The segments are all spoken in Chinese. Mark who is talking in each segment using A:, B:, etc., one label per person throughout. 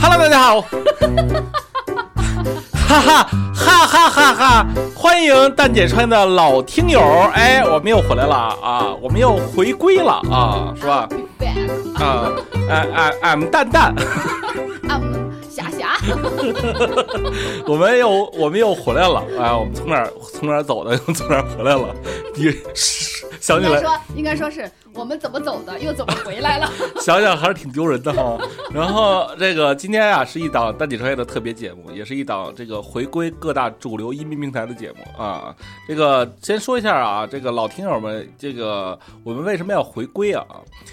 A: Hello，大家好，哈哈哈哈哈哈！欢迎蛋姐川的老听友，哎，我们又回来了啊，我们又回归了啊，是吧？
B: Be back，
A: 啊，俺俺俺蛋蛋，
B: 啊，不霞 霞，
A: 我们又我们又回来了，哎，我们从哪儿从哪儿走的， 又从哪儿回来了？你 想
B: 应
A: 起
B: 该
A: 来
B: 说应该说是我们怎么走的，又怎么回来了。
A: 想想还是挺丢人的哈。然后这个今天啊是一档单体创业的特别节目，也是一档这个回归各大主流音频平台的节目啊。这个先说一下啊，这个老听友们，这个我们为什么要回归啊？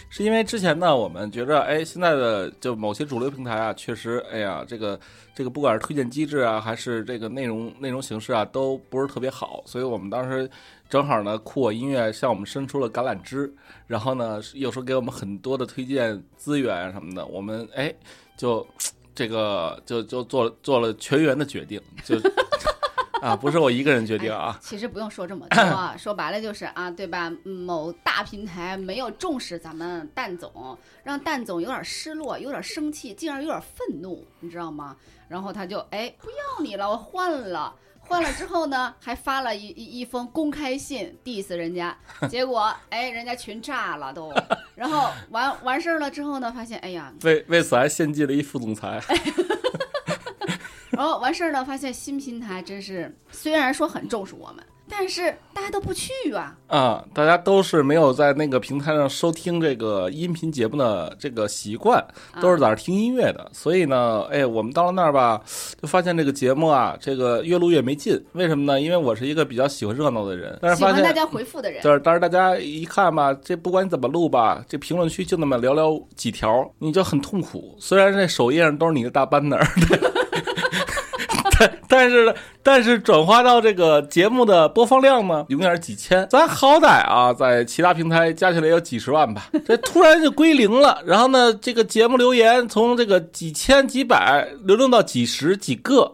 A: 是因为之前呢，我们觉着哎，现在的就某些主流平台啊，确实哎呀，这个这个不管是推荐机制啊，还是这个内容内容形式啊，都不是特别好，所以我们当时。正好呢，酷我音乐向我们伸出了橄榄枝，然后呢，有时候给我们很多的推荐资源什么的，我们哎就这个就就做了做了全员的决定，就 啊不是我一个人决定啊，
B: 其实不用说这么多 啊，说白了就是啊，对吧？嗯某大平台没有重视咱们蛋总，让蛋总有点失落，有点生气，进而有点愤怒，你知道吗？然后他就哎不要你了，我换了。换了之后呢，还发了一一一封公开信 diss 人家，结果哎，人家群炸了都。然后完完事儿了之后呢，发现哎呀，
A: 为为此还献祭了一副总裁，
B: 然后完事儿呢，发现新平台真是虽然说很重视我们，但是大家都不去啊。
A: 啊，大家都是没有在那个平台上收听这个音频节目的这个习惯，
B: 啊
A: 都是在那儿听音乐的。所以呢，哎，我们到了那儿吧，就发现这个节目啊，这个越录越没劲。为什么呢？因为我是一个比较喜欢热闹的人，但是
B: 喜
A: 发
B: 欢
A: 现
B: 大家回复的人，
A: 就是，但是大家一看吧，这不管你怎么录吧，这评论区就那么寥寥几条，你就很痛苦。虽然这首页上都是你的大 banner，但但是但是转化到这个节目的播放量呢，永远是几千。咱好歹啊，在其他平台加起来有几十万吧，这突然就归零了。然后呢，这个节目留言从这个几千几百流动到几十几个，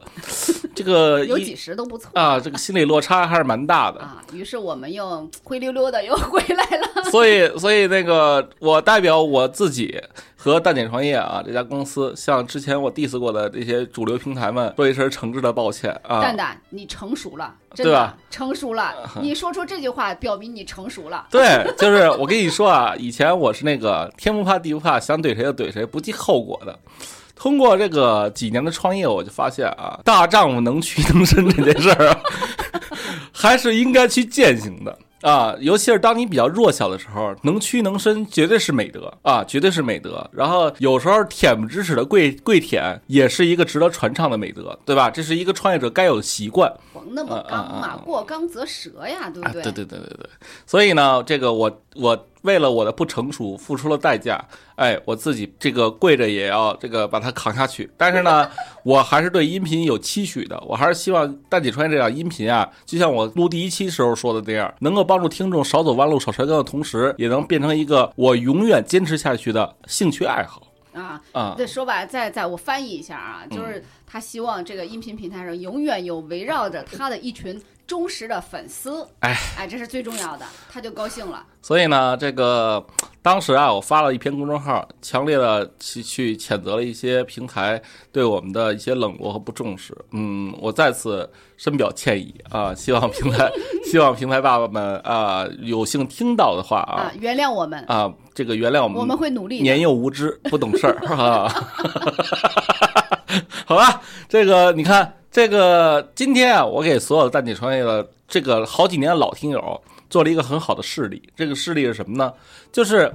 A: 这个
B: 有
A: 一
B: 几十都不错
A: 啊，这个心理落差还是蛮大的。
B: 啊。于是我们又灰溜溜的又 回来了。
A: 所以，所以那个，我代表我自己和蛋姐创业啊这家公司，向之前我 diss 过的这些主流平台们说一声诚挚的抱歉啊
B: 蛋。蛋，你成熟了，真
A: 对啊吧
B: 的成熟了。你说出这句话，表明你成熟了。
A: 对，就是我跟你说啊，以前我是那个天不怕地不怕，想怼谁就怼谁，不计后果的。通过这个几年的创业，我就发现啊，大丈夫能屈能伸这件事儿啊， 还是应该去践行的啊。尤其是当你比较弱小的时候，能屈能伸绝对是美德啊，绝对是美德。然后有时候恬不知耻的跪跪舔，也是一个值得传唱的美德，对吧？这是一个创业者该有的习惯。
B: 甭那么刚
A: 啊啊
B: 嘛，
A: 啊
B: 过刚则折呀，对
A: 啊，
B: 不
A: 对对
B: 对？
A: 对对对。所以呢，这个我我为了我的不成熟付出了代价，哎，我自己这个跪着也要这个把它扛下去。但是呢，我还是对音频有期许的，我还是希望大姐川这档音频啊，就像我录第一期时候说的那样，能够帮助听众少走弯路、少摔跤的同时，也能变成一个我永远坚持下去的兴趣爱好
B: 啊，
A: 啊。嗯
B: 对，说白了，再再我翻译一下啊，就是他希望这个音频平台上永远有围绕着他的一群忠实的粉丝，
A: 哎
B: 哎，这是最重要的，他就高兴了。
A: 所以呢，这个当时啊，我发了一篇公众号，强烈的去去谴责了一些平台对我们的一些冷落和不重视。嗯，我再次深表歉意啊， 希望平台，希望平台爸爸们啊，有幸听到的话
B: 啊
A: 啊，
B: 原谅我们，
A: 啊，这个原谅我
B: 我
A: 们
B: 们会努力的。
A: 年幼无知，不懂事儿 啊。好吧，这个你看，这个今天啊，我给所有的蛋姐创业的这个好几年的老听友做了一个很好的示例。这个示例是什么呢？就是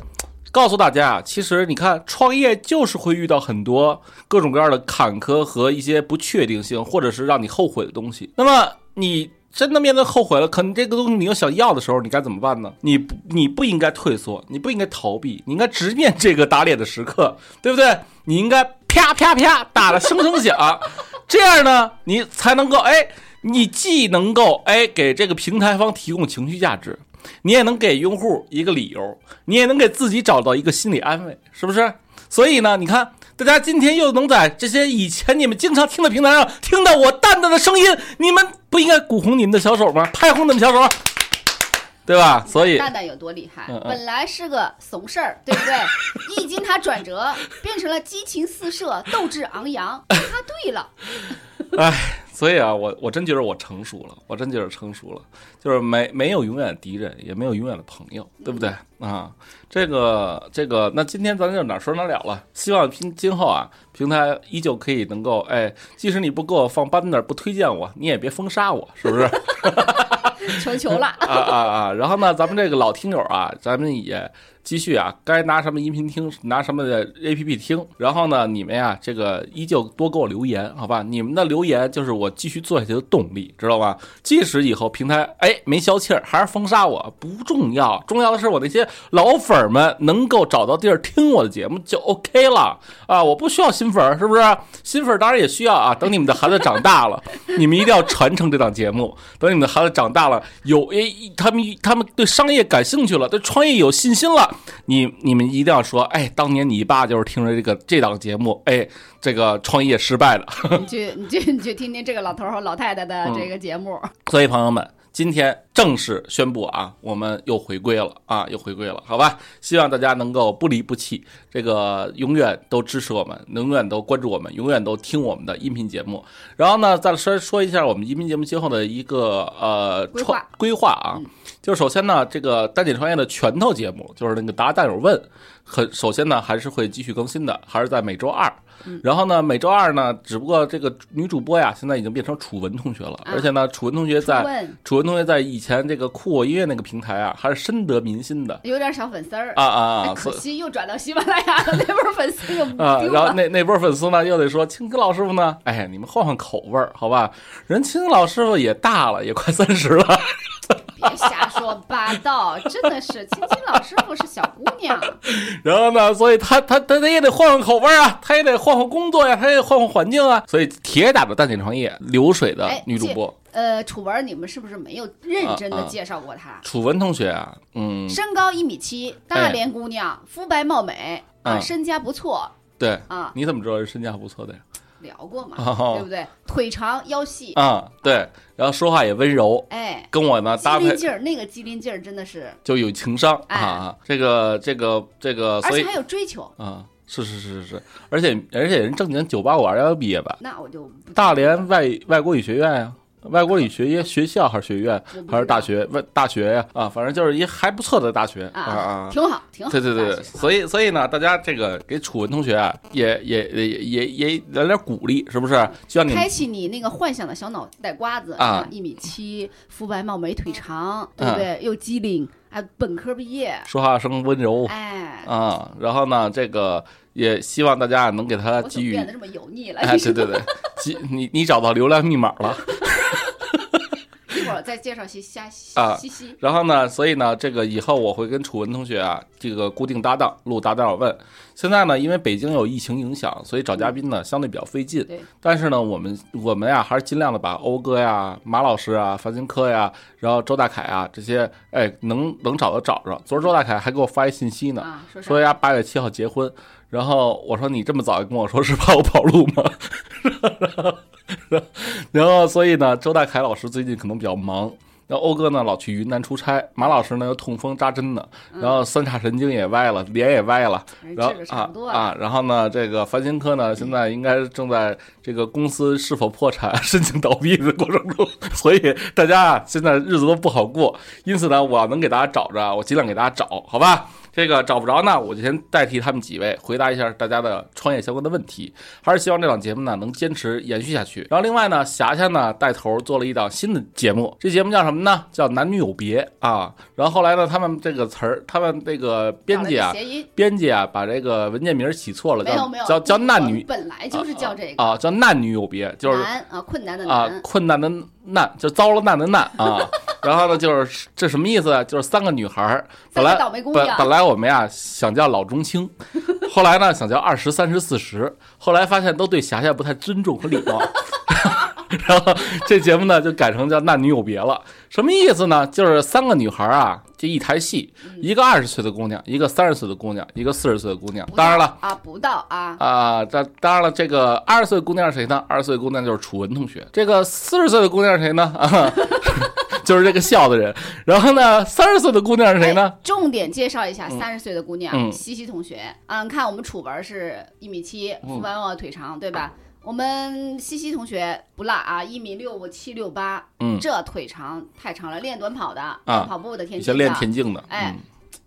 A: 告诉大家啊，其实你看，创业就是会遇到很多各种各样的坎坷和一些不确定性，或者是让你后悔的东西。那么你。真的面对后悔了，可能这个东西你又想要的时候，你该怎么办呢？你不你不应该退缩，你不应该逃避，你应该直面这个打脸的时刻，对不对？你应该啪啪啪打的声声响，这样呢，你才能够哎，你既能够哎给这个平台方提供情绪价值，你也能给用户一个理由，你也能给自己找到一个心理安慰，是不是？所以呢，你看，大家今天又能在这些以前你们经常听的平台上听到我蛋蛋的声音，你们不应该鼓红你们的小手吗？拍红你们小手，对吧？所以
B: 蛋蛋有多厉害
A: 嗯嗯？
B: 本来是个怂事儿，对不对？一经他转折，变成了激情四射、斗志昂扬。他对了，
A: 所以啊，我我真觉得我成熟了，我真觉得成熟了，就是没没有永远的敌人，也没有永远的朋友，对不对啊？这个这个，那今天咱就哪说哪了了。希望今今后啊，平台依旧可以能够，哎，即使你不给我放 banner，不推荐我，你也别封杀我，是不是？
B: 求求了。
A: 啊啊啊！然后呢，咱们这个老听友啊，咱们也继续啊，该拿什么音频听，拿什么的 APP 听。然后呢，你们呀、这个依旧多给我留言，好吧？你们的留言就是我继续做下去的动力，知道吧？即使以后平台哎没消气儿，还是封杀我不重要，重要的是我那些老粉儿们能够找到地儿听我的节目就 OK 了啊！我不需要新粉儿，是不是？新粉儿当然也需要啊。等你们的孩子长大了， 你们一定要传承这档节目。等你们的孩子长大了，有诶，他们他们对商业感兴趣了，对创业有信心了，你你们一定要说，哎，当年你爸就是听着这个这档节目，哎，这个创业失败了。
B: 你去，你去，你去听听这个老头儿和老太太的
A: 嗯
B: 这个节目。
A: 所以朋友们，今天正式宣布啊，我们又回归了啊，又回归了，好吧？希望大家能够不离不弃，这个永远都支持我们，永远都关注我们，永远都听我们的音频节目。然后呢，再说说一下我们音频节目今后的一个呃
B: 规
A: 创
B: 划嗯
A: 规划啊，就是首先呢，这个单点创业的拳头节目，就是那个答战友问，很首先呢还是会继续更新的，还是在每周二。
B: 嗯
A: 然后呢，每周二呢，只不过这个女主播呀，现在已经变成楚文同学了，
B: 啊
A: 而且呢，楚文同学在
B: 问
A: 楚文同学在以前这个酷我音乐那个平台啊，还是深得民心的
B: 有点小粉丝儿
A: 啊啊
B: 哎
A: 啊！
B: 可
A: 所
B: 惜又转到喜马拉雅了，那 波粉丝又
A: 啊，
B: 丢
A: 然后
B: 了。
A: 那那波粉丝呢，又得说青青老师傅呢，哎，你们换换口味儿好吧？人青青老师傅也大了，也快三十了，
B: 别瞎说八道，真的是青青老师傅是小姑娘，
A: 然后呢，所以他他他他也得换换口味儿啊，他也得换换工作呀，他也得换换环境啊，所以铁打的蛋姐创业流水的
B: 哎
A: 女主
B: 这
A: 播
B: 呃，楚文儿，你们是不是没有认真
A: 啊
B: 的
A: 啊
B: 介绍过她？
A: 楚文同学啊，嗯，哎
B: 身高一米七，大连姑娘，肤白貌美啊，
A: 嗯
B: 身家不错
A: 对，
B: 啊，
A: 你怎么知道人身价不错的呀？
B: 聊过嘛，
A: 哦
B: 对不对？腿长腰细，
A: 啊，对，然后说话也温柔，
B: 哎，
A: 跟我呢
B: 机
A: 搭配
B: 灵劲儿，那个机灵劲儿真的是，
A: 就有情商啊
B: 哎
A: 啊，这个这个这个，所
B: 而且
A: 以
B: 还有追求，
A: 啊，是是是是是，而且而且人正经九八五二幺毕业吧，
B: 那我就不
A: 大连外外国语学院呀、外国语学院学校还是学院
B: 我不知道
A: 还是大学外大学呀啊反正就是一还不错的大学
B: 啊
A: 啊
B: 挺好，挺好，
A: 对对对
B: 大
A: 对，
B: 学
A: 所以所以呢，大家这个给楚文同学啊，也也也也也来点鼓励，是不是？就像你们
B: 开启你那个幻想的小脑袋瓜子
A: 啊嗯
B: 一米七，肤白貌美，腿长，对不对？又机灵，哎，本科毕业，
A: 说话声温柔
B: 哎，
A: 啊，然后呢，这个也希望大家能给他
B: 我怎
A: 给
B: 么
A: 予
B: 变得这么油腻了？
A: 啊哎，对对对，几你你找到流量密码了。
B: 一会儿再介绍西西西
A: 啊
B: 西西，
A: 然后呢，所以呢，这个以后我会跟楚文同学啊，这个固定搭档录搭档问。现在呢，因为北京有疫情影响，所以找嘉宾呢相对比较费劲。
B: 对，
A: 但是呢，我们我们呀还是尽量的把欧哥呀、马老师啊、樊金科呀，然后周大凯啊这些，哎，能能找的找着。昨儿周大凯还给我发一信息呢，
B: 啊，说啥
A: 说？人家八月七号结婚，然后我说你这么早就跟我说是怕我跑路吗？ 然后所以呢，周大凯老师最近可能比较忙。然后欧哥呢老去云南出差，马老师呢又痛风扎针呢，然后三叉神经也歪了，脸也歪了，然
B: 人家
A: 后
B: 治的差
A: 啊
B: 不多了，
A: 啊，然后呢这个繁星科呢现在应该正在这个公司是否破产、 申请倒闭的过程中，所以大家啊现在日子都不好过，因此呢我要能给大家找着啊，我尽量给大家找，好吧？这个找不着呢，我就先代替他们几位回答一下大家的创业相关的问题。还是希望这档节目呢能坚持延续下去。然后另外呢，霞霞呢带头做了一档新的节目，这节目叫什么呢？叫《男女有别》啊。然后后来呢，他们这个词儿，他们这个编辑
B: 搞了
A: 啊
B: 个，谐音，
A: 编辑啊，把这个文件名儿起错了，
B: 没有没
A: 叫叫
B: 有，
A: 叫“难
B: 我
A: 女
B: 本来就是叫这”个
A: 啊，叫“难女有别”，就是
B: 难啊，困难的
A: 啊
B: 难，，
A: 困难的难，就遭了难的难 啊。然后呢，就是这什么意思啊？就是三个女孩儿，本
B: 三个
A: 来
B: 倒霉姑
A: 本本
B: 娘，
A: 来我们呀想叫老中 青，后来呢想叫二十三十四十，后来发现都对霞霞不太尊重和礼 貌，然后这节目呢就改成叫《那女有别》了。什么意思呢？就是三个女孩啊，这一台戏，
B: 嗯
A: 一个二十岁的姑娘，一个三十岁的姑娘，一个四十岁的姑娘。
B: 不
A: 当然
B: 到
A: 了。
B: 啊，不到啊，
A: 啊，这当然了，这个二十岁姑娘是谁呢？二十岁姑娘就是楚文同学。这个四十岁的姑娘是谁呢？啊， 就是这个笑的人。然后呢，三十岁的姑娘是谁呢？
B: 哎重点介绍一下三十岁的姑娘
A: 嗯
B: 西西同学啊，你看我们楚文是一米七，
A: 嗯
B: 付班旺腿长，对吧？我们西西同学不落啊，一米六五七六八，
A: 嗯，
B: 这腿长太长了，练短跑的，练跑步的天
A: 以
B: 津
A: 前
B: 的，
A: 练田径的，
B: 哎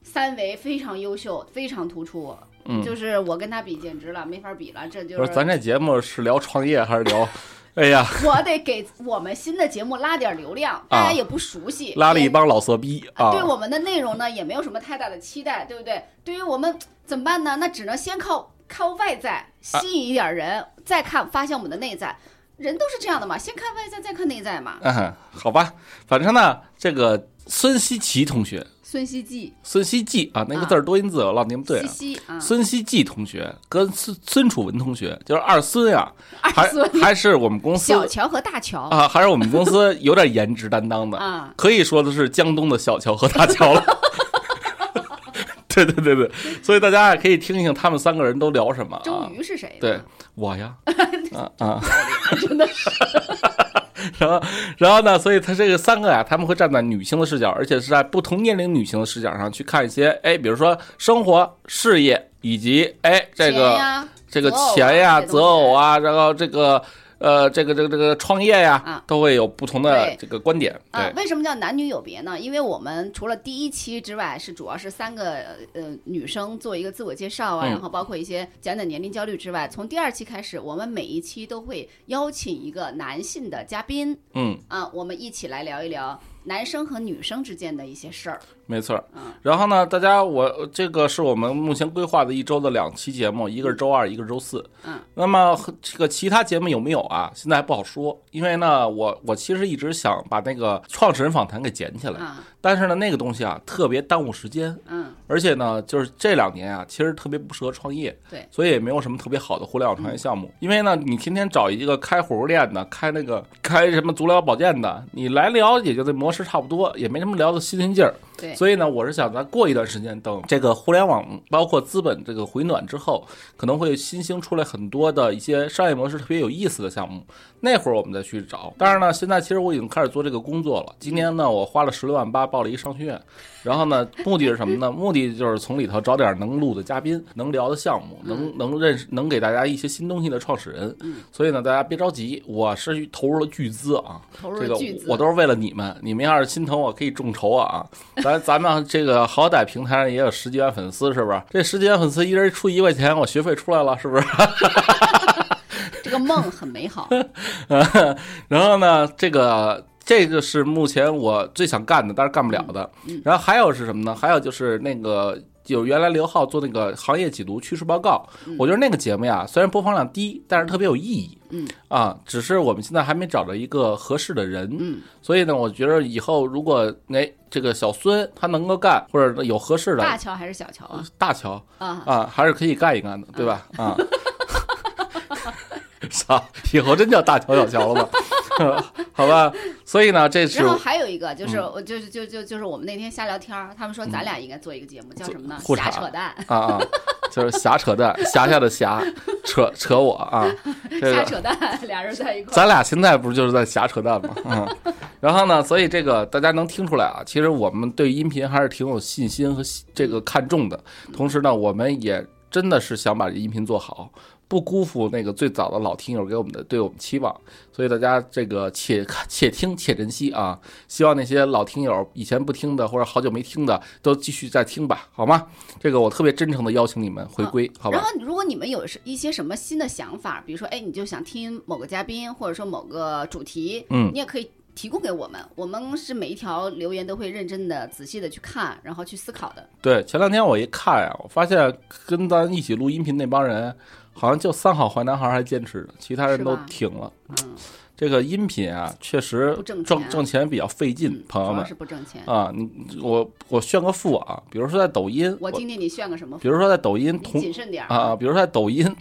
B: 三围非常优秀，非常突出，
A: 嗯，嗯，
B: 就是我跟他比简直了，没法比了，这就
A: 不是咱这节目是聊创业还是聊？哎呀，
B: 我得给我们新的节目拉点流量，大家也不熟悉，
A: 啊拉了一
B: 也
A: 帮老色逼啊！
B: 哎对我们的内容呢也没有什么太大的期待，对不对？对于我们怎么办呢？那只能先靠靠外
A: 啊
B: 在吸引一点人，再看发现我们的内在。人都是这样的嘛，先看外在，再看内在嘛。
A: 嗯，好吧，反正呢，这个孙希奇同学，
B: 孙希季，
A: 孙希季啊，那个字儿多音字，我老念不对
B: 西
A: 啊。
B: 西啊，
A: 孙希季同学跟孙孙楚文同学，就是二孙呀、
B: 二
A: 还
B: 孙
A: 还是我们公司
B: 小乔和大乔
A: 啊，还是我们公司有点颜值担当的，
B: 啊，
A: 可以说的是江东的小乔和大乔了。 对对对对，所以大家也啊可以听一听他们三个人都聊什么啊
B: 周？瑜是谁呢？
A: 对我 呀，啊啊，
B: 真嗯的是
A: 然后，然后呢？所以他这个三个呀、他们会站在女性的视角，而且是在不同年龄女性的视角上去看一些，哎，比如说生活、事业以及哎这
B: 钱
A: 个
B: 呀
A: 这个
B: 择偶啊
A: 钱呀、
B: 这些东西
A: 择偶啊，然后这个呃这个这个这个创业呀、
B: 啊
A: 都会有不同的
B: 对
A: 这个观点。对，
B: 啊，为什么叫男女有别呢？因为我们除了第一期之外，是主要是三个呃女生做一个自我介绍啊，
A: 嗯
B: 然后包括一些讲讲年龄焦虑之外，从第二期开始，我们每一期都会邀请一个男性的嘉宾
A: 嗯，
B: 啊，我们一起来聊一聊男生和女生之间的一些事儿。
A: 没错儿
B: 嗯。
A: 然后呢，大家我这个是我们目前规划的一周的两期节目，一个是周二，一个是周四。
B: 嗯，
A: 那么和这个其他节目有没有啊？现在还不好说，因为呢，我我其实一直想把那个创始人访谈给捡起来，
B: 啊，
A: 但是呢，那个东西啊特别耽误时间，
B: 嗯，
A: 而且呢，就是这两年啊，其实特别不适合创业，
B: 对嗯
A: 所以也没有什么特别好的互联网创业项目。因为呢，你天天找一个开火锅店的，开那个开什么足疗保健的，你来聊也就这模式差不多，也没什么聊的新鲜劲儿。
B: 对，
A: 所以呢，我是想咱过一段时间，等这个互联网包括资本这个回暖之后，可能会新兴出来很多的一些商业模式特别有意思的项目，那会儿我们再去找。当然呢，现在其实我已经开始做这个工作了。今年呢，我花了十六万八报了一商学院，然后呢，目的是什么呢？目的就是从里头找点能录的嘉宾，能聊的项目，能能认识，能给大家一些新东西的创始人。所以呢，大家别着急，我是投入了巨资啊，
B: 投入
A: 这
B: 了
A: 个
B: 巨资，
A: 我都是为了你们，你们要是心疼我，可以众筹我啊！咱咱们这个好歹平台上也有十几万粉丝，是不是？这十几万粉丝一人出一块钱，我学费出来了，是不是？
B: 这个梦很 美好。
A: 然后呢，这个这个是目前我最想干的，但是干不了的。
B: 嗯
A: 然后还有是什么呢？还有就是那个。有原来刘浩做那个行业解读趋势报告，我觉得那个节目呀，虽然播放量低，但是特别有意义。
B: 嗯
A: 啊，只是我们现在还没找着一个合适的人。
B: 嗯，
A: 所以呢，我觉得以后如果哎这个小孙他能够干，或者有合适的
B: 大乔还是小乔啊？
A: 大乔
B: 啊，
A: 啊，还是可以干一干的，对吧？
B: 嗯
A: 啊， 操，以后真叫大乔小乔了吧？ 好吧，所以呢，这是嗯
B: 然后还有一个就是，我就是就就就是我们那天瞎聊天儿，他们说咱俩应该做一个节目，叫什么呢？
A: 互
B: 瞎
A: 查
B: 扯淡，
A: 啊啊，就是瞎扯淡， 狭下的狭，扯扯我啊， 这
B: 瞎
A: 个
B: 扯淡，俩人在一块儿。
A: 咱俩现在不是就是在瞎扯淡 吗？嗯，然后呢，所以这个大家能听出来啊，其实我们对音频还是挺有信心和喜这个看重的。同时呢，我们也真的是想把这音频做好，不辜负那个最早的老听友给我们的对我们期望。所以大家这个且看且听且珍惜啊！希望那些老听友以前不听的或者好久没听的，都继续再听吧，好吗？这个我特别真诚的邀请你们回归， 好
B: 然
A: 吧？
B: 后，如果你们有是一些什么新的想法，比如说，哎，你就想听某个嘉宾，或者说某个主题，
A: 嗯
B: 你也可以提供给我们。我们是每一条留言都会认真的、仔细的去看，然后去思考的。
A: 对，前两天我一看呀、我发现跟咱一起录音频那帮人，好像就三好坏男孩还坚持着，其他人
B: 是
A: 都
B: 吧
A: 停了。
B: 嗯，
A: 这个音频啊，确实
B: 不挣
A: 挣
B: 钱
A: 挣钱比较费劲，
B: 嗯
A: 朋友
B: 主要
A: 们
B: 是不挣钱。
A: 啊，你我我炫个富啊，比如说在抖音，
B: 我听听你炫个什么？
A: 比如说在抖音
B: 你
A: 同
B: 谨慎点儿
A: 啊，比如说在抖音，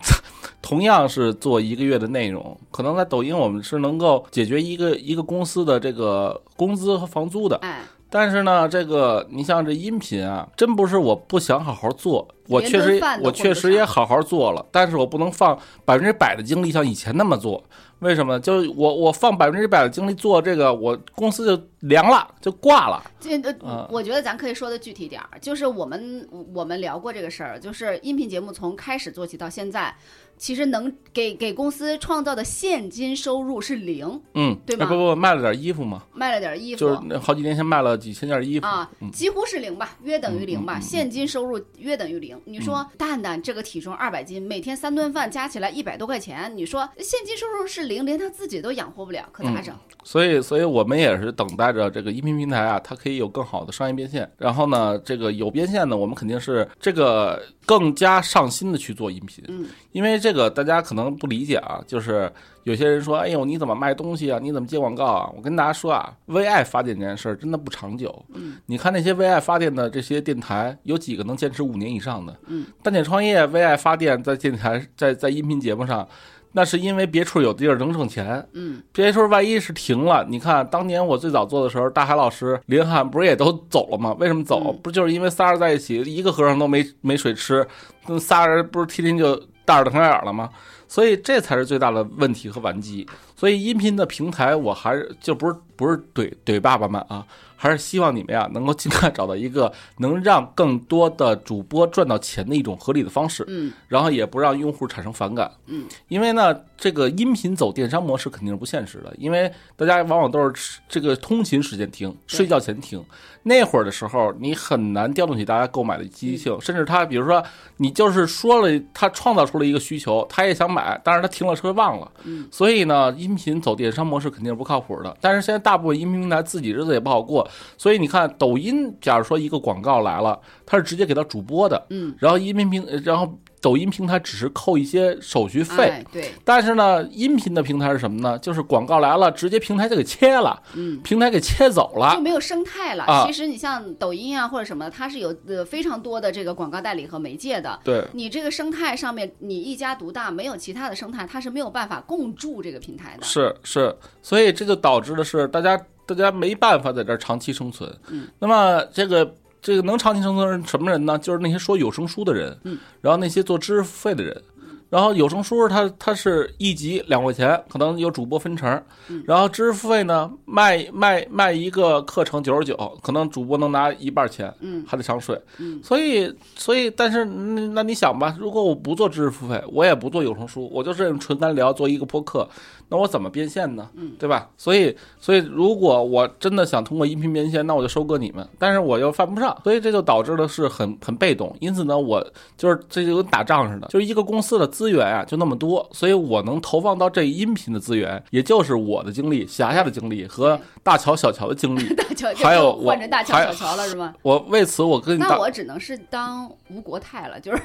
A: 同样是做一个月的内容，可能在抖音我们是能够解决一个一个公司的这个工资和房租的，
B: 哎，
A: 但是呢，这个你像这音频啊，真不是我不想好好做，我确
B: 连
A: 实
B: 顿饭都
A: 我
B: 混
A: 确
B: 不
A: 实也
B: 上
A: 好好做了，但是我不能放百分之百的精力像以前那么做。为什么？就是我我放百分之百的精力做这个，我公司就凉了，就挂了。
B: 这
A: 啊
B: 呃，我觉得咱可以说的具体点儿，就是我们我们聊过这个事儿，就是音频节目从开始做起到现在，其实能给给公司创造的现金收入是零，
A: 嗯，
B: 对
A: 哎
B: 吧
A: 不不，卖了点衣服嘛，
B: 卖了点衣服，
A: 就是那好几年前卖了几千件衣服。嗯
B: 啊，几乎是零吧，约等于零吧，
A: 嗯嗯嗯嗯
B: 现金收入约等于零。你说蛋蛋这个体重二百斤，每天三顿饭加起来一百多块钱，你说现金收入是零，连他自己都养活不了，可咋整？
A: 所以，所以我们也是等待着这个音频平台啊，它可以有更好的商业变现。然后呢，这个有变现呢，我们肯定是这个更加上心的去做音频。
B: 嗯，
A: 因为这个大家可能不理解啊，就是有些人说，哎呦，你怎么卖东西啊？你怎么接广告啊？我跟大家说啊，为爱发电这件事儿真的不长久。
B: 嗯，
A: 你看那些为爱发电的这些电台，有几个能坚持五年以上的？
B: 嗯，
A: 蛋姐创业为爱发电，在电台在在音频节目上，那是因为别处有地儿能挣钱。
B: 嗯，
A: 别说万一是停了，你看当年我最早做的时候，大海老师、林汉不是也都走了吗？为什么走？
B: 嗯
A: 不就是因为仨人在一起，一个和尚都没没水吃，那仨人不是天天就大耳瞪小眼了吗？所以这才是最大的问题和顽疾。所以音频的平台，我还是就不是不是怼怼爸爸们啊，还是希望你们呀能够尽快找到一个能让更多的主播赚到钱的一种合理的方式。
B: 嗯，
A: 然后也不让用户产生反感。
B: 嗯，
A: 因为呢，这个音频走电商模式肯定是不现实的，因为大家往往都是吃这个通勤时间听，
B: 对
A: 睡觉前听。那会儿的时候，你很难调动起大家购买的积极
B: 嗯
A: 性，甚至他比如说你就是说了，他创造出了一个需求，他也想买，但是他停了车忘了。
B: 嗯，
A: 所以呢，音频走电商模式肯定是不靠谱的。但是现在大部分音频平台自己日子也不好过，所以你看抖音，假如说一个广告来了，它是直接给到主播的，
B: 嗯，
A: 然后音频平，呃然后抖音平台只是扣一些手续费。
B: 哎，对，
A: 但是呢，音频的平台是什么呢？就是广告来了，直接平台就给切了，
B: 嗯。
A: 平台给切走
B: 就
A: 了。
B: 没有生态了。
A: 啊
B: 其实你像抖音啊或者什么，它是有呃非常多的这个广告代理和媒介的。
A: 对，
B: 你这个生态上面，你一家独大，没有其他的生态，它是没有办法共筑这个平台的。
A: 是是，所以这就导致的是大家大家没办法在这儿长期生存。
B: 嗯，
A: 那么这个这个能长期生存的人是什么人呢？就是那些说有声书的人，
B: 嗯，
A: 然后那些做知识付费的人。然后有声书它它是一集两块钱，可能有主播分成
B: 嗯，
A: 然后知识付费呢卖卖卖一个课程九十九，可能主播能拿一半钱，
B: 嗯
A: 还得上税，
B: 嗯
A: 所以所以但是嗯那你想吧，如果我不做知识付费，我也不做有声书，我就是纯单聊做一个播客，那我怎么变现呢？
B: 嗯，
A: 对吧？所以，所以如果我真的想通过音频变现，那我就收割你们，但是我又犯不上，所以这就导致的是很很被动。因此呢，我就是这就跟打仗似的，就是一个公司的资源啊就那么多，所以我能投放到这音频的资源，也就是我的精力、霞霞的精力和大乔、小乔的精力。
B: 大乔
A: 还有我
B: 换成大乔
A: 还
B: 小乔了是吗？
A: 我为此我跟大。
B: 那我只能是当吴国泰了，就是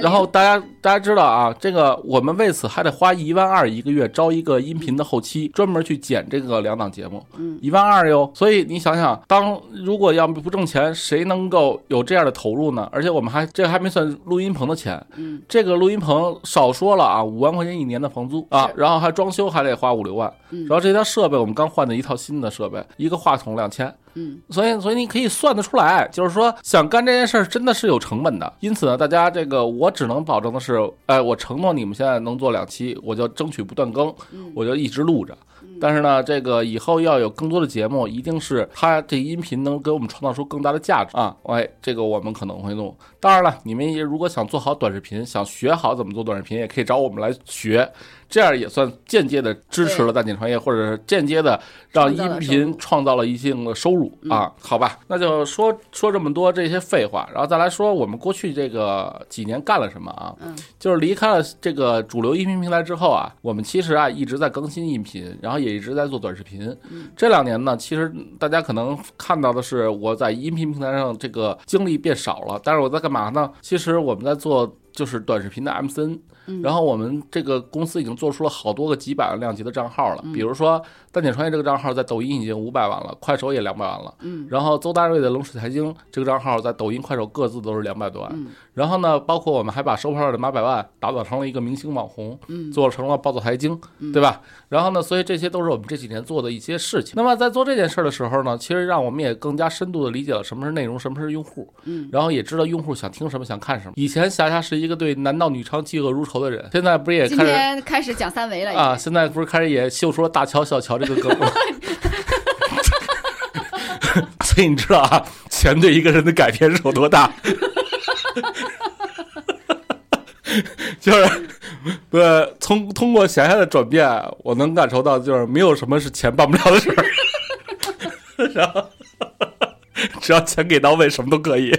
A: 然后大家大家知道啊，这个我们为此还得花一万二一个月招一个音频的后期，专门去剪这个两档节目，
B: 嗯，
A: 一万二哟。所以你想想，当如果要不挣钱，谁能够有这样的投入呢？而且我们还这还没算录音棚的钱，
B: 嗯，
A: 这个录音棚少说了啊，五万块钱一年的房租啊，
B: 是
A: 然后还装修还得花五六万，
B: 嗯
A: 然后这套设备我们刚换的一套新的设备，一个话筒两千，
B: 嗯，
A: 所以，所以你可以算得出来，就是说想干这件事儿真的是有成本的。因此呢，大家这个我只能保证的是，哎，我承诺你们现在能做两期，我就争取不断更，
B: 嗯
A: 我就一直录着。但是呢，这个以后要有更多的节目，一定是它这音频能给我们创造出更大的价值啊！哎，这个我们可能会弄。当然了，你们也如果想做好短视频，想学好怎么做短视频，也可以找我们来学，这样也算间接的支持了蛋姐创业，或者是间接的让音频创造了一定的收入啊，好吧，那就说说这么多这些废话，然后再来说我们过去这个几年干了什么啊？
B: 嗯
A: 就是离开了这个主流音频平台之后啊，我们其实啊一直在更新音频，然后也一直在做短视频。这两年呢，其实大家可能看到的是我在音频平台上这个精力变少了，但是我在干嘛呢？其实我们在做。就是短视频的 MCN，
B: 嗯
A: 然后我们这个公司已经做出了好多个几百万量级的账号了，比如说蛋姐创业这个账号在抖音已经五百万了，快手也两百万了，
B: 嗯
A: 然后邹大瑞的冷水财经这个账号在抖音、快手各自都是两百多万，
B: 嗯
A: 然后呢，包括我们还把收票的马百万打造成了一个明星网红，
B: 嗯
A: 做成了暴走财经，对吧？然后呢，所以这些都是我们这几年做的一些事情。那么在做这件事儿的时候呢，其实让我们也更加深度的理解了什么是内容，什么是用户，
B: 嗯
A: 然后也知道用户想听什么，想看什么。以前霞霞是一个对男盗女娼嫉恶如仇的人，现在不是也
B: 今
A: 开始
B: 天开始讲三维了，
A: 啊？现在不是开始也秀出了大乔小乔这个梗了？所以你知道啊，钱对一个人的改变是有多大？ 就是，呃，从通过霞霞的转变，我能感受到，就是没有什么是钱办不了的事儿。 然后， 只要钱给到位，什么都可以，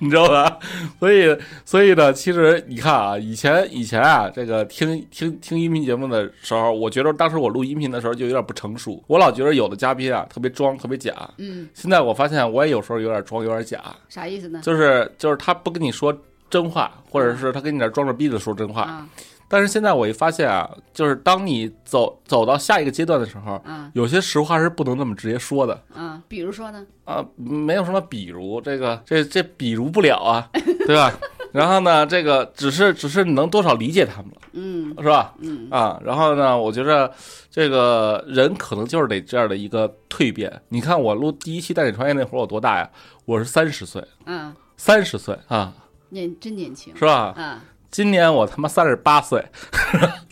A: 你知道吧？所以，所以呢，其实你看啊，以前以前啊，这个听听听音频节目的时候，我觉得当时我录音频的时候就有点不成熟，我老觉得有的嘉宾啊特别装，特别假。
B: 嗯，
A: 现在我发现我也有时候有点装，有点假，
B: 啥意思呢？
A: 就是就是他不跟你说真话，或者是他跟你这装着逼着说真话。
B: 啊
A: 但是现在我一发现啊，就是当你走走到下一个阶段的时候，
B: 啊
A: 有些实话是不能那么直接说的
B: 啊！比如说呢？
A: 啊，没有什么比如这个这这比如不了啊，对吧？然后呢，这个只是只是你能多少理解他们了，
B: 嗯
A: 是吧？
B: 嗯
A: 啊，然后呢，我觉着这个人可能就是得这样的一个蜕变。你看我录第一期《带你创业》那会儿我多大呀？我是三十岁，
B: 啊，
A: 三十岁啊，
B: 年真年轻
A: 是吧？
B: 啊！
A: 今年我他妈三十八岁，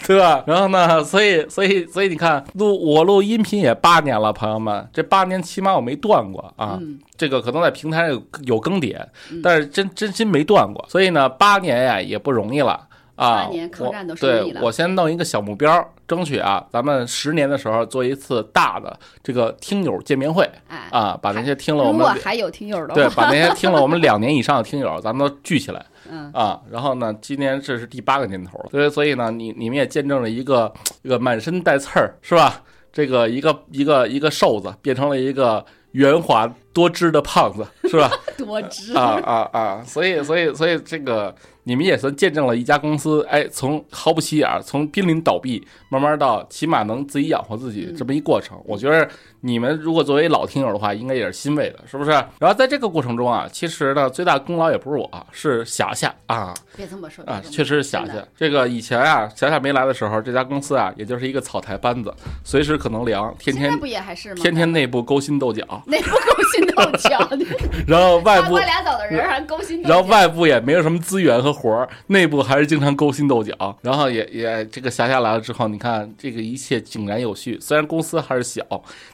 A: 对吧？然后呢，所以所以所以你看，录我录音频也八年了，朋友们，这八年起码我没断过啊。
B: 嗯
A: 这个可能在平台上有有更迭
B: 嗯，
A: 但是真真心没断过，所以呢，八年呀也不容易了。啊，
B: 八年抗战都
A: 我
B: 胜利
A: 对
B: 了
A: 我先弄一个小目标，争取啊，咱们十年的时候做一次大的这个听友见面会
B: 哎，
A: 啊，把那些听了我
B: 如
A: 们
B: 果还有听友的
A: 对
B: 话，，
A: 把那些听了我们两年以上的听友，咱们都聚起来，
B: 嗯
A: 啊，然后呢，今年这是第八个年头了，所以所以呢，你你们也见证了一个一个满身带刺儿，是吧？这个一个一个一个瘦子变成了一个圆滑多汁的胖子，是吧？
B: 多知
A: 啊啊啊！所以所以所以这个你们也算见证了一家公司，哎，从毫不起眼儿，从濒临倒闭，慢慢到起码能自己养活自己
B: 嗯
A: 这么一过程。我觉得你们如果作为老听友的话，应该也是欣慰的，是不是？然后在这个过程中啊，其实呢，最大功劳也不是我，是霞霞啊。
B: 别这么说
A: 啊，
B: 别这么说
A: 确实是霞
B: 真
A: 霞
B: 的。
A: 这个以前啊，霞霞没来的时候，这家公司啊，也就是一个草台班子，随时可能凉，天
B: 现在
A: 天
B: 不也还是吗？
A: 天天内部勾心斗角，
B: 那不勾心斗角，
A: 然后外
B: 大
A: 部
B: 瓜俩枣的人还勾心斗
A: 然
B: 角
A: 后，外部也没有什么资源和活儿，内部还是经常勾心斗角。然后也也这个霞霞来了之后，你看这个一切井然有序。虽然公司还是小，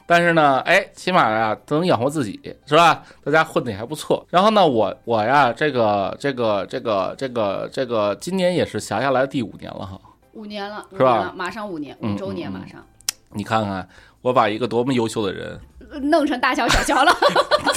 A: 但是呢，哎，起码呀、都能养活自己，是吧？大家混的也还不错。然后呢，我我呀，这个这个这个这个这个，今年也是霞霞来的第五年了哈。
B: 五年了，
A: 是吧
B: 五年了马上五年，
A: 嗯
B: 五周年
A: 嗯嗯
B: 马上，
A: 你看看，我把一个多么优秀的人，
B: 弄成大乔小乔了。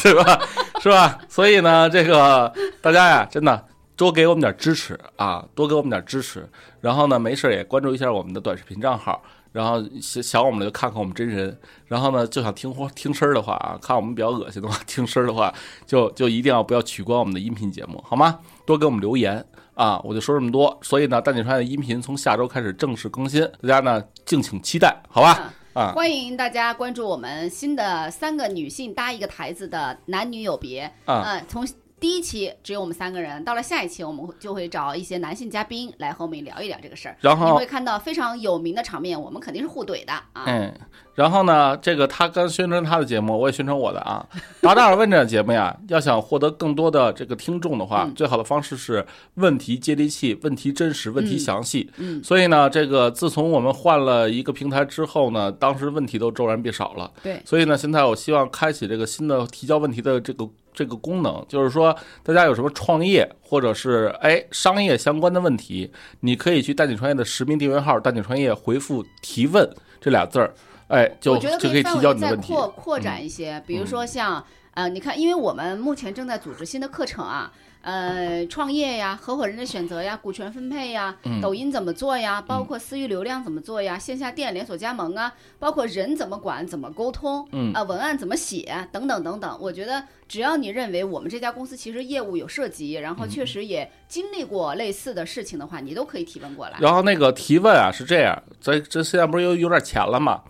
A: 对吧？ 是吧？所以呢，这个大家呀，真的多给我们点支持啊，多给我们点支持。然后呢，没事儿也关注一下我们的短视频账号。然后想想我们的就看看我们真人，然后呢就想听话听声儿的话啊，看我们比较恶心的话， 听声儿的话就就一定要不要取关我们的音频节目，好吗？多给我们留言啊！我就说这么多。所以呢，蛋姐川的音频从下周开始正式更新，大家呢敬请期待，好吧？啊，
B: 欢迎大家关注我们新的三个女性搭一个台子的男女有别。
A: 啊
B: 呃，从第一期只有我们三个人，到了下一期我们就会找一些男性嘉宾来和我们聊一聊这个事儿。
A: 然后
B: 你会看到非常有名的场面，我们肯定是互怼的啊。
A: 嗯，然后呢，这个他刚宣传他的节目，我也宣传我的啊。 达达尔问这档节目呀，要想获得更多的这个听众的话，
B: 嗯
A: 最好的方式是问题接地气、问题真实、问题详细。
B: 嗯
A: 所以呢，这个自从我们换了一个平台之后呢，当时问题都骤然变少了。
B: 对，
A: 所以呢，现在我希望开启这个新的提交问题的这个这个功能，就是说大家有什么创业或者是哎商业相关的问题，你可以去蛋姐创业的实名订阅号“蛋姐创业”回复“提问”这俩字儿，哎，就
B: 我觉得
A: 就
B: 可
A: 可以
B: 范
A: 提
B: 围
A: 交你的
B: 再
A: 问题。嗯
B: 扩扩展一些，比如说像呃，你看，因为我们目前正在组织新的课程啊。呃创业呀、合伙人的选择呀、股权分配呀、
A: 嗯
B: 抖音怎么做呀，包括私域流量怎么做呀、线下店连锁加盟啊，包括人怎么管、怎么沟通，
A: 嗯
B: 啊，文案怎么写等等等等。我觉得只要你认为我们这家公司其实业务有涉及，然
A: 嗯
B: 后确实也经历过类似的事情的话，你都可以提问过来。
A: 然后那个提问啊是这样，咱这现在不是有有点钱了嘛？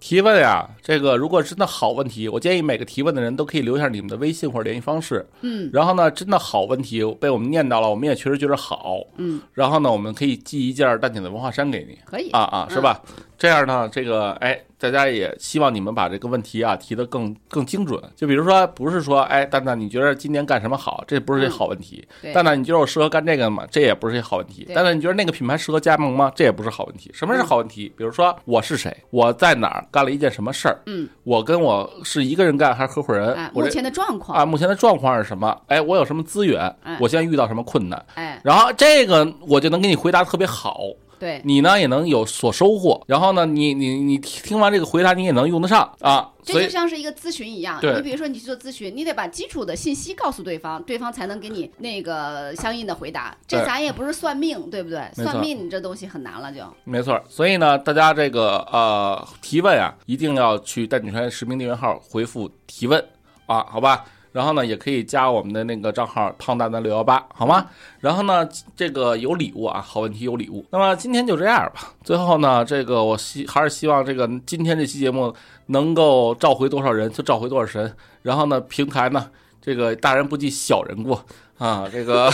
A: 提问啊，这个如果真的好问题，我建议每个提问的人都可以留下你们的微信或者联系方式。
B: 嗯，
A: 然后呢，真的好问题被我们念到了，我们也确实觉得好。
B: 嗯，
A: 然后呢，我们可以寄一件蛋姐的文化衫给你。
B: 可以
A: 啊啊，是吧？这样呢，这个哎，大家也希望你们把这个问题啊提得更更精准。就比如说，不是说哎，蛋蛋，你觉得今年干什么好？这不是一
B: 嗯
A: 好问题。
B: 对
A: 蛋蛋，你觉得我适合干这个吗？这也不是一好问题。
B: 对嗯
A: 蛋蛋，你觉得那个品牌适合加盟吗？这也不是好问题。什么是好问题？比如说我是谁，我在哪儿干了一件什么事儿？
B: 嗯，
A: 我跟我是一个人干还是合伙人
B: 哎，？
A: 我
B: 目
A: 这
B: 前的状况，
A: 啊，目前的状况是什么？哎，我有什么资源
B: 哎？
A: 我现在遇到什么困难？
B: 哎，
A: 然后这个我就能给你回答得特别好。
B: 对，
A: 你呢也能有所收获，然后呢，你你你听听完这个回答，你也能用得上啊。所
B: 这就
A: 以
B: 像是一个咨询一样，
A: 对
B: 你比如说你去做咨询，你得把基础的信息告诉对方，对方才能给你那个相应的回答。这
A: 对
B: 咱也不是算命，对不对？
A: 没错
B: 算命你这东西很难了就，
A: 没错，所以呢，大家这个呃提问啊，一定要去带你穿实名订阅号回复提问啊，好吧？然后呢，也可以加我们的那个账号胖蛋蛋六幺八，好吗？然后呢，这个有礼物啊，好问题有礼物。那么今天就这样吧。最后呢，这个我希还是希望这个今天这期节目能够召回多少人就召回多少神。然后呢，平台呢，这个大人不计小人过啊，这个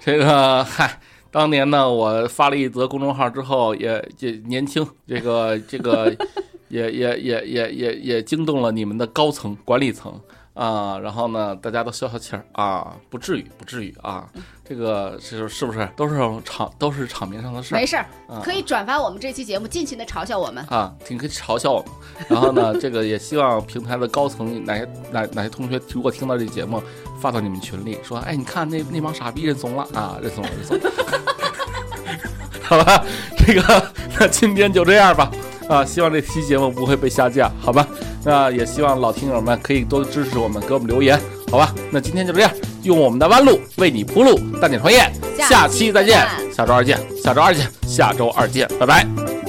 A: 这个嗨。当年呢，我发了一则公众号之后，也也年轻，这个这个也也也也也也惊动了你们的高层管理层啊。然后呢，大家都消消气儿啊，不至于，不至于啊。这个是是不是都是场都是场面上的事儿
B: 没事儿，
A: 啊
B: 可以转发我们这期节目，尽情的嘲笑我们。
A: 啊？你可以嘲笑我们。然后呢，这个也希望平台的高层哪些哪哪些同学，如果听到这节目，发到你们群里说，哎，你看那那帮傻逼认怂了啊，认怂了，认怂了。 好吧，这个那今天就这样吧。啊，希望这期节目不会被下架，好吧？那也希望老听友们可以多支持我们，给我们留言，好吧？那今天就这样，用我们的弯路为你铺路，带你创业，
B: 下
A: 下
B: 期
A: 期再见，
B: 再
A: 下周二见，下周二见，下周二见，拜拜。
B: 拜